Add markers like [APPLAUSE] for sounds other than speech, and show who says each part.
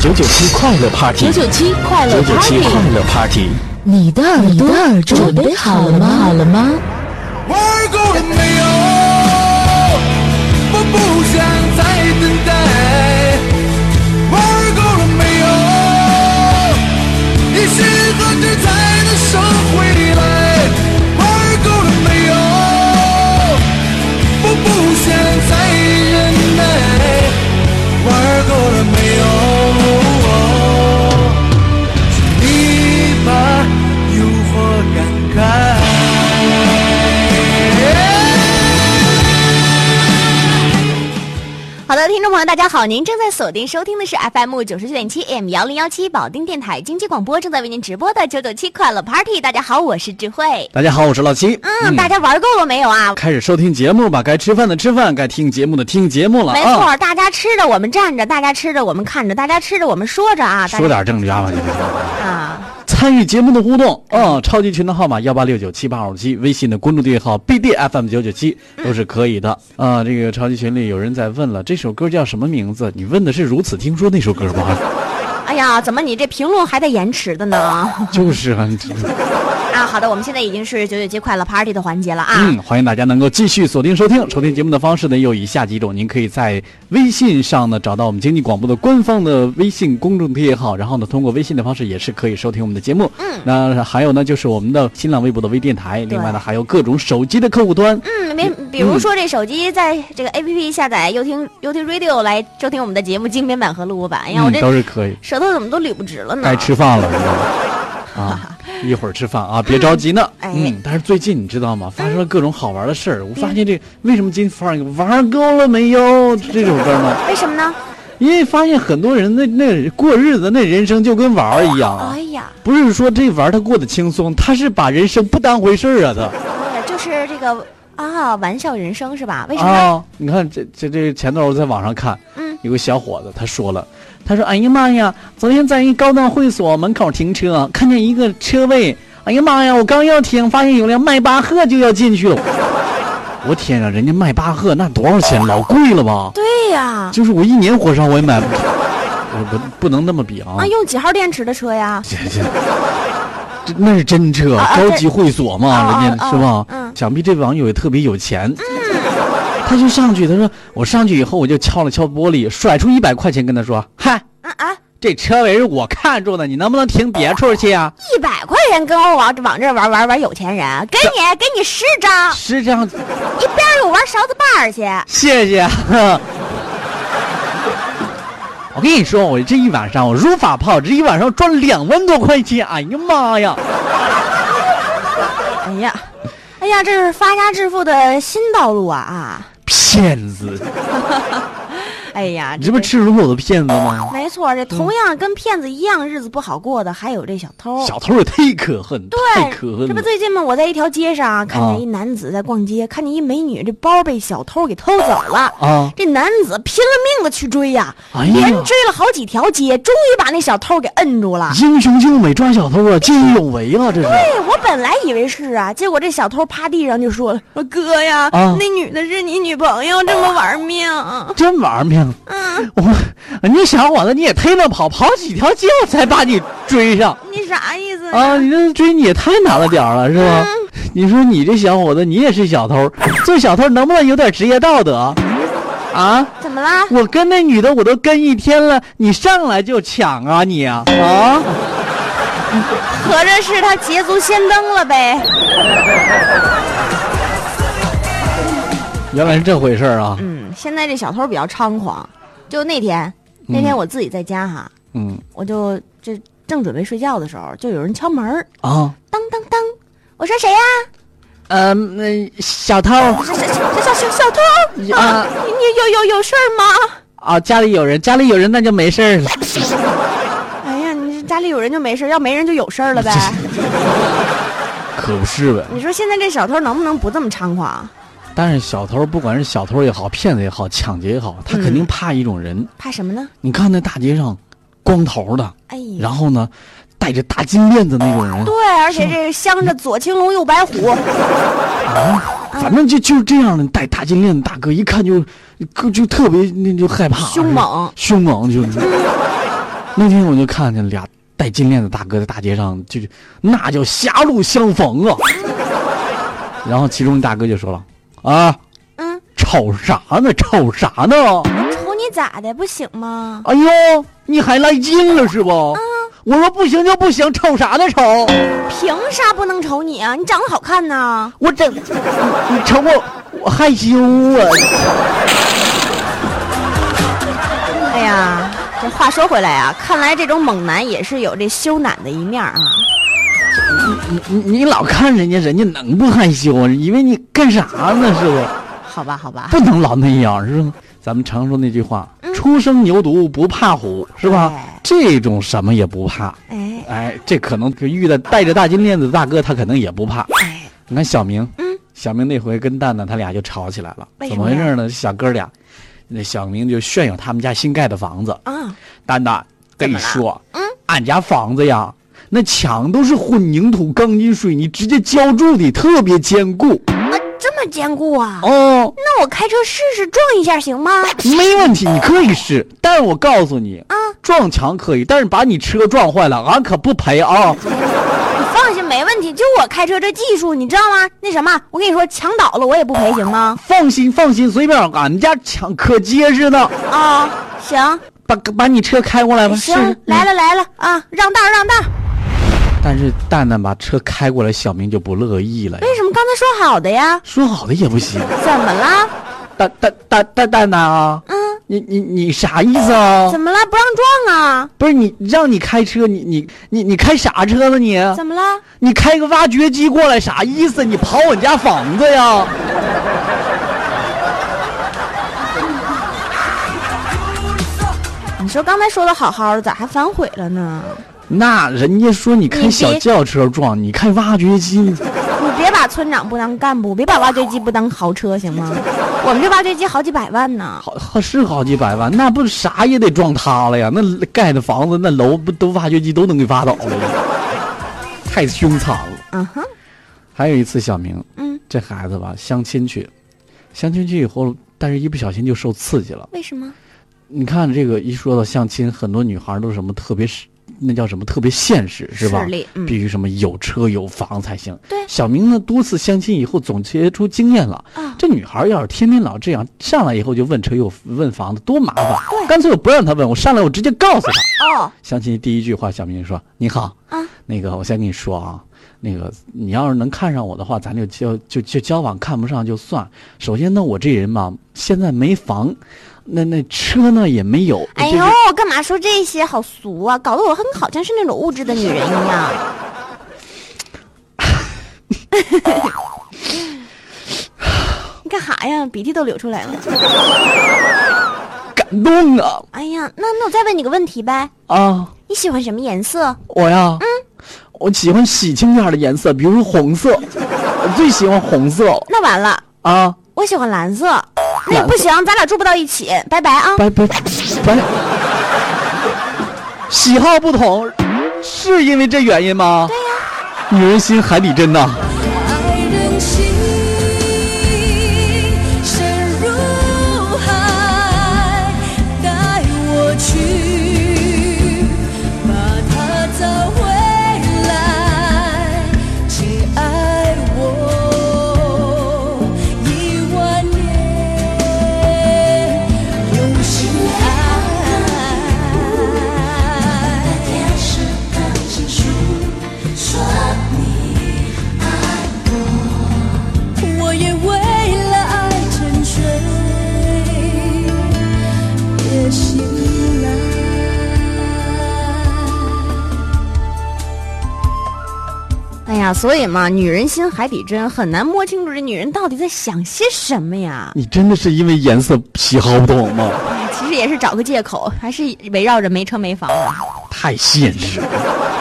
Speaker 1: 九九七快乐 Party，
Speaker 2: 九九七快乐
Speaker 1: 九九七
Speaker 2: Party，
Speaker 1: 快乐 Party，
Speaker 2: 你的耳朵准备好了吗？好了吗？
Speaker 3: 玩够了没有？我不想再等待。玩够了没有？也许何时才能收回来？玩够了没有？我不想再忍耐。玩够了没有？请你把诱惑赶开。
Speaker 4: 好的，听众朋友，大家好，您正在锁定收听的是 FM 九十九点七 M 幺零幺七保定电台经济广播，正在为您直播的九九七快乐 Party。大家好，我是智慧。
Speaker 5: 大家好，我是老七。
Speaker 4: 嗯，大家玩够了没有啊？
Speaker 5: 开始收听节目吧，该吃饭的吃饭，该听节目的听节目了
Speaker 4: 没错
Speaker 5: 啊！，
Speaker 4: 大家吃着我们站着，大家吃着我们看着，大家吃着我们说着啊，大
Speaker 5: 说
Speaker 4: 家
Speaker 5: 点正家吧，你们。
Speaker 4: 啊，
Speaker 5: 参与节目的互动啊、超级群的号码幺八六九七八五七，微信的公众对号 BDFM 九九七都是可以的啊、这个超级群里有人在问了，这首歌叫什么名字？你问的是如此听说那首歌吗？ [LAUGHS]
Speaker 4: 哎呀，怎么你这评论还带延迟的呢？
Speaker 5: 就是啊，
Speaker 4: 啊，好的，我们现在已经是九九七快乐 Party 的环节了啊。
Speaker 5: 嗯，欢迎大家能够继续锁定收听。收听节目的方式呢有以下几种，您可以在微信上呢找到我们经济广播的官方的微信公众贴号，然后呢通过微信的方式也是可以收听我们的节目。嗯，那还有呢就是我们的新浪微博的微电台，另外呢还有各种手机的客户端。
Speaker 4: 嗯，没，比如说这手机在这个 A P P 下载优听优听 Radio 来收听我们的节目精品版和录播版。哎呀，我
Speaker 5: 嗯
Speaker 4: 这啊
Speaker 5: 都是可以。
Speaker 4: 舌头怎么都捋不直了呢？
Speaker 5: 该吃饭了是
Speaker 4: [LAUGHS]
Speaker 5: 吧，啊，一会儿吃饭啊，别着急呢。
Speaker 4: 哎
Speaker 5: 嗯，但是最近你知道吗？发生了各种好玩的事儿。我发现
Speaker 4: 嗯
Speaker 5: 这为什么今天放一个玩够了没有这首歌呢？
Speaker 4: 为什么呢？
Speaker 5: 因为发现很多人那那过日子那人生就跟玩儿一样啊
Speaker 4: 哎，呀，
Speaker 5: 不是说这玩儿他过得轻松，他是把人生不当回事儿啊他
Speaker 4: 哎呀，就是这个啊，玩笑人生是吧？为什么呢？
Speaker 5: 啊！你看这这这前段我在网上看，
Speaker 4: 嗯，
Speaker 5: 有个小伙子他说了，他说哎呀妈呀，昨天在一高档会所门口停车，看见一个车位，哎呀妈呀，我刚要停，发现有辆迈巴赫就要进去了， [LAUGHS] 我天啊，人家迈巴赫那多少钱，老贵了吧？
Speaker 4: 对呀、
Speaker 5: 就是我一年火烧我也买不，我不不能那么比啊
Speaker 4: 啊，用几号电池的车呀？
Speaker 5: 这这，这那是真车，
Speaker 4: 啊
Speaker 5: 高级会所嘛，
Speaker 4: 啊
Speaker 5: 人家、
Speaker 4: 啊
Speaker 5: 是吧？
Speaker 4: 嗯
Speaker 5: 想必这网友也特别有钱。他就上去，他说：“我上去以后，我就敲了敲玻璃，甩出一百块钱，跟他说：‘嗨，
Speaker 4: 啊啊，
Speaker 5: 这车位是我看中的，你能不能停别处去
Speaker 4: [LAUGHS]
Speaker 5: 啊
Speaker 4: 一百块钱跟我往往这玩玩玩有钱人，给你给你十？’张，
Speaker 5: 是这样，
Speaker 4: 一边儿给我玩勺子把儿去。
Speaker 5: 谢谢。 [LAUGHS] 我跟你说，我这一晚上我如法炮制，一晚上赚两万多块钱，哎呀妈呀！
Speaker 4: 哎呀，哎呀，这是发家致富的新道路啊啊！
Speaker 5: 骗子，
Speaker 4: 哎呀，
Speaker 5: 你这不是赤裸裸的骗子吗？
Speaker 4: 没错，这同样跟骗子一样日子不好过的，还有这小偷。
Speaker 5: 小偷也太可恨，太可
Speaker 4: 对，
Speaker 5: 恨
Speaker 4: 这不
Speaker 5: 了。
Speaker 4: 最近吗？我在一条街上啊看
Speaker 5: 啊
Speaker 4: 见一男子在逛街，看见一美女，这包被小偷给偷走了。
Speaker 5: 啊
Speaker 4: 这男子拼了命的去追呀、
Speaker 5: 哎呀
Speaker 4: 连追了好几条街，终于把那小偷给摁住了。
Speaker 5: 英雄救美抓小偷啊，见义勇为啊，这是。
Speaker 4: 哎，我本来以为是啊，结果这小偷趴地上就说了：“说哥呀，
Speaker 5: 啊
Speaker 4: 那女的是你女朋友，这么玩命。”
Speaker 5: 真玩命！
Speaker 4: 嗯
Speaker 5: 我，你想我了，你也忒能跑，跑几条街我才把你追上
Speaker 4: 你啥意思呢？
Speaker 5: 啊！你这追你也太难了点儿了，是吧？
Speaker 4: 嗯
Speaker 5: 你说你这小伙子，你也是小偷，做小偷能不能有点职业道德？啊！
Speaker 4: 怎么啦？
Speaker 5: 我跟那女的我都跟一天了，你上来就抢啊你啊！啊！
Speaker 4: 合着是他捷足先登了呗？
Speaker 5: 原来是这回事儿啊！
Speaker 4: 嗯，现在这小偷比较猖狂。就那天，那天我自己在家哈，
Speaker 5: 嗯
Speaker 4: 我就这正准备睡觉的时候，就有人敲门儿，
Speaker 5: 啊，
Speaker 4: 当当当。我说谁呀、
Speaker 5: 嗯，那小偷。
Speaker 4: 是是是是小小小偷啊
Speaker 5: 啊！
Speaker 4: 你你有有有事儿吗？
Speaker 5: 啊，家里有人，家里有人那就没事儿了。
Speaker 4: 哎呀，你这家里有人就没事儿，要没人就有事儿了呗。
Speaker 5: 可不是呗。
Speaker 4: 你说现在这小偷能不能不这么猖狂？
Speaker 5: 但是小偷不管是小偷也好，骗子也好，抢劫也好，他肯定怕一种人。
Speaker 4: 怕什么呢？
Speaker 5: 你看那大街上，光头的，
Speaker 4: 哎呀，
Speaker 5: 然后呢，戴着大金链子那种人，
Speaker 4: 对，而且这镶着左青龙右白虎，啊
Speaker 5: 反正就就是这样的戴大金链子大哥，一看就，就就特别那就害怕，
Speaker 4: 凶猛
Speaker 5: 是吧凶猛就。 [LAUGHS] 那天我就看见俩戴金链子大哥在大街上，就是那叫狭路相逢啊。 [LAUGHS] 然后其中一大哥就说了：“啊，
Speaker 4: 嗯，
Speaker 5: 吵啥呢？吵啥呢？
Speaker 4: 瞅你咋的，不行吗？
Speaker 5: 哎呦，你还来劲了是不？”
Speaker 4: 嗯
Speaker 5: 我说不行就不行，瞅啥呢瞅？
Speaker 4: 凭啥不能瞅你啊？你长得好看呐！
Speaker 5: 我整，你瞅我，我害羞啊！
Speaker 4: 哎呀，这话说回来啊，看来这种猛男也是有这羞赧的一面啊。
Speaker 5: 你你你老看人家，人家能不害羞啊？以为你干啥呢是不？ [LAUGHS]
Speaker 4: 好吧，好吧，
Speaker 5: 不能老那样，是嗯吧？咱们常说那句话，初生牛犊不怕虎，是吧
Speaker 4: 哎？
Speaker 5: 这种什么也不怕。
Speaker 4: 哎
Speaker 5: 哎，这可能遇到戴着大金链子的大哥，他可能也不怕。
Speaker 4: 哎，
Speaker 5: 你看小明，
Speaker 4: 嗯，
Speaker 5: 小明那回跟蛋蛋他俩就吵起来了，
Speaker 4: 为什
Speaker 5: 怎
Speaker 4: 么
Speaker 5: 么
Speaker 4: 呀
Speaker 5: 回事呢？小哥俩，那小明就炫耀他们家新盖的房子，
Speaker 4: 啊，
Speaker 5: 蛋蛋跟你
Speaker 4: 怎么了
Speaker 5: 说，
Speaker 4: 嗯，
Speaker 5: 俺家房子呀，那墙都是混凝土、钢筋、水泥直接浇筑的，特别坚固。
Speaker 4: 啊，这么坚固啊？
Speaker 5: 哦，
Speaker 4: 那我开车试试撞一下行吗？
Speaker 5: 没问题，你可以试，但是我告诉你，
Speaker 4: 啊，
Speaker 5: 撞墙可以，但是把你车撞坏了，俺可不赔啊！
Speaker 4: 你放心，没问题，就我开车这技术，你知道吗？那什么，我跟你说，墙倒了我也不赔，行吗？
Speaker 5: 放心，放心，随便，俺们家墙可结实呢。
Speaker 4: 啊，行
Speaker 5: 把把你车开过来吧，试
Speaker 4: 行
Speaker 5: 试，。
Speaker 4: 来
Speaker 5: 嗯
Speaker 4: 了来了啊，让道让道。
Speaker 5: 但是蛋蛋把车开过来，小明就不乐意了呀。
Speaker 4: 为什么刚才说好的呀？
Speaker 5: 说好的也不行，
Speaker 4: 怎么了？
Speaker 5: 蛋蛋蛋蛋蛋蛋啊！
Speaker 4: 嗯，
Speaker 5: 你你你啥意思啊
Speaker 4: 怎？么了？不让撞啊？
Speaker 5: 不是你让你开车，你你你你开啥车呢你？
Speaker 4: 怎么了？
Speaker 5: 你开个挖掘机过来啥意思？你刨我家房子呀？
Speaker 4: 你说刚才说的好好的，咋还反悔了呢？
Speaker 5: 那人家说你
Speaker 4: 你
Speaker 5: 开
Speaker 4: 别
Speaker 5: 小轿车撞，你开挖掘机，你
Speaker 4: 你别把村长不当干部，别把挖掘机不当豪车，行吗？我们这挖掘机好几百万呢。
Speaker 5: 好好是好几百万，那不啥也得撞塌了呀？那盖的房子，那楼不都挖掘机都能给挖倒了呀？太凶残了。
Speaker 4: 嗯哼，
Speaker 5: 还有一次，小明，
Speaker 4: 嗯，
Speaker 5: 这孩子吧，相亲去，相亲去以后，但是一不小心就受刺激了。
Speaker 4: 为什么？
Speaker 5: 你看这个一说到相亲，很多女孩都什么特别是那叫什么特别现实是吧
Speaker 4: 势利？嗯
Speaker 5: 必须什么有车有房才行。
Speaker 4: 对
Speaker 5: 小明呢多次相亲以后总结出经验了，
Speaker 4: 啊
Speaker 5: 这女孩要是天天老这样，上来以后就问车又问房子，多麻烦。干脆我不让她问，我上来我直接告诉她。
Speaker 4: 哦，
Speaker 5: 相亲第一句话，小明就说：“你好，
Speaker 4: 啊，
Speaker 5: 那个我先跟你说啊，那个你要是能看上我的话，咱就交就就交往；看不上就算。首先呢，我这人吧，现在没房，那那车呢也没有。
Speaker 4: 哎
Speaker 5: 就是
Speaker 4: 呦，干嘛说这些？好俗啊，搞得我很好像是那种物质的女人一样。 [LAUGHS] 你干啥呀？鼻涕都流出来了。
Speaker 5: 感动啊
Speaker 4: 哎呀，那那我再问你个问题呗，
Speaker 5: 啊！
Speaker 4: 你喜欢什么颜色？
Speaker 5: 我呀，
Speaker 4: 嗯
Speaker 5: 我喜欢喜庆点儿的颜色，比如说红色， [LAUGHS] 我最喜欢红色了
Speaker 4: 那完了，
Speaker 5: 啊！
Speaker 4: 我喜欢蓝色。那也
Speaker 5: 蓝色
Speaker 4: 不行，咱俩住不到一起，拜拜啊！
Speaker 5: 拜拜拜，喜好不同，是因为这原因吗？对呀、女人心海底针呐、
Speaker 6: 爱人心深如海，带我去把它找回来，请爱我一万年，用心爱。那天使的情书说你。我也为了爱沉睡，别醒来。
Speaker 4: 哎呀，所以嘛，女人心海底针，很难摸清楚这女人到底在想些什么呀。
Speaker 5: 你真的是因为颜色喜好不同吗？
Speaker 4: 哎其实也是找个借口，还是围绕着没车没房的。
Speaker 5: 太现实了。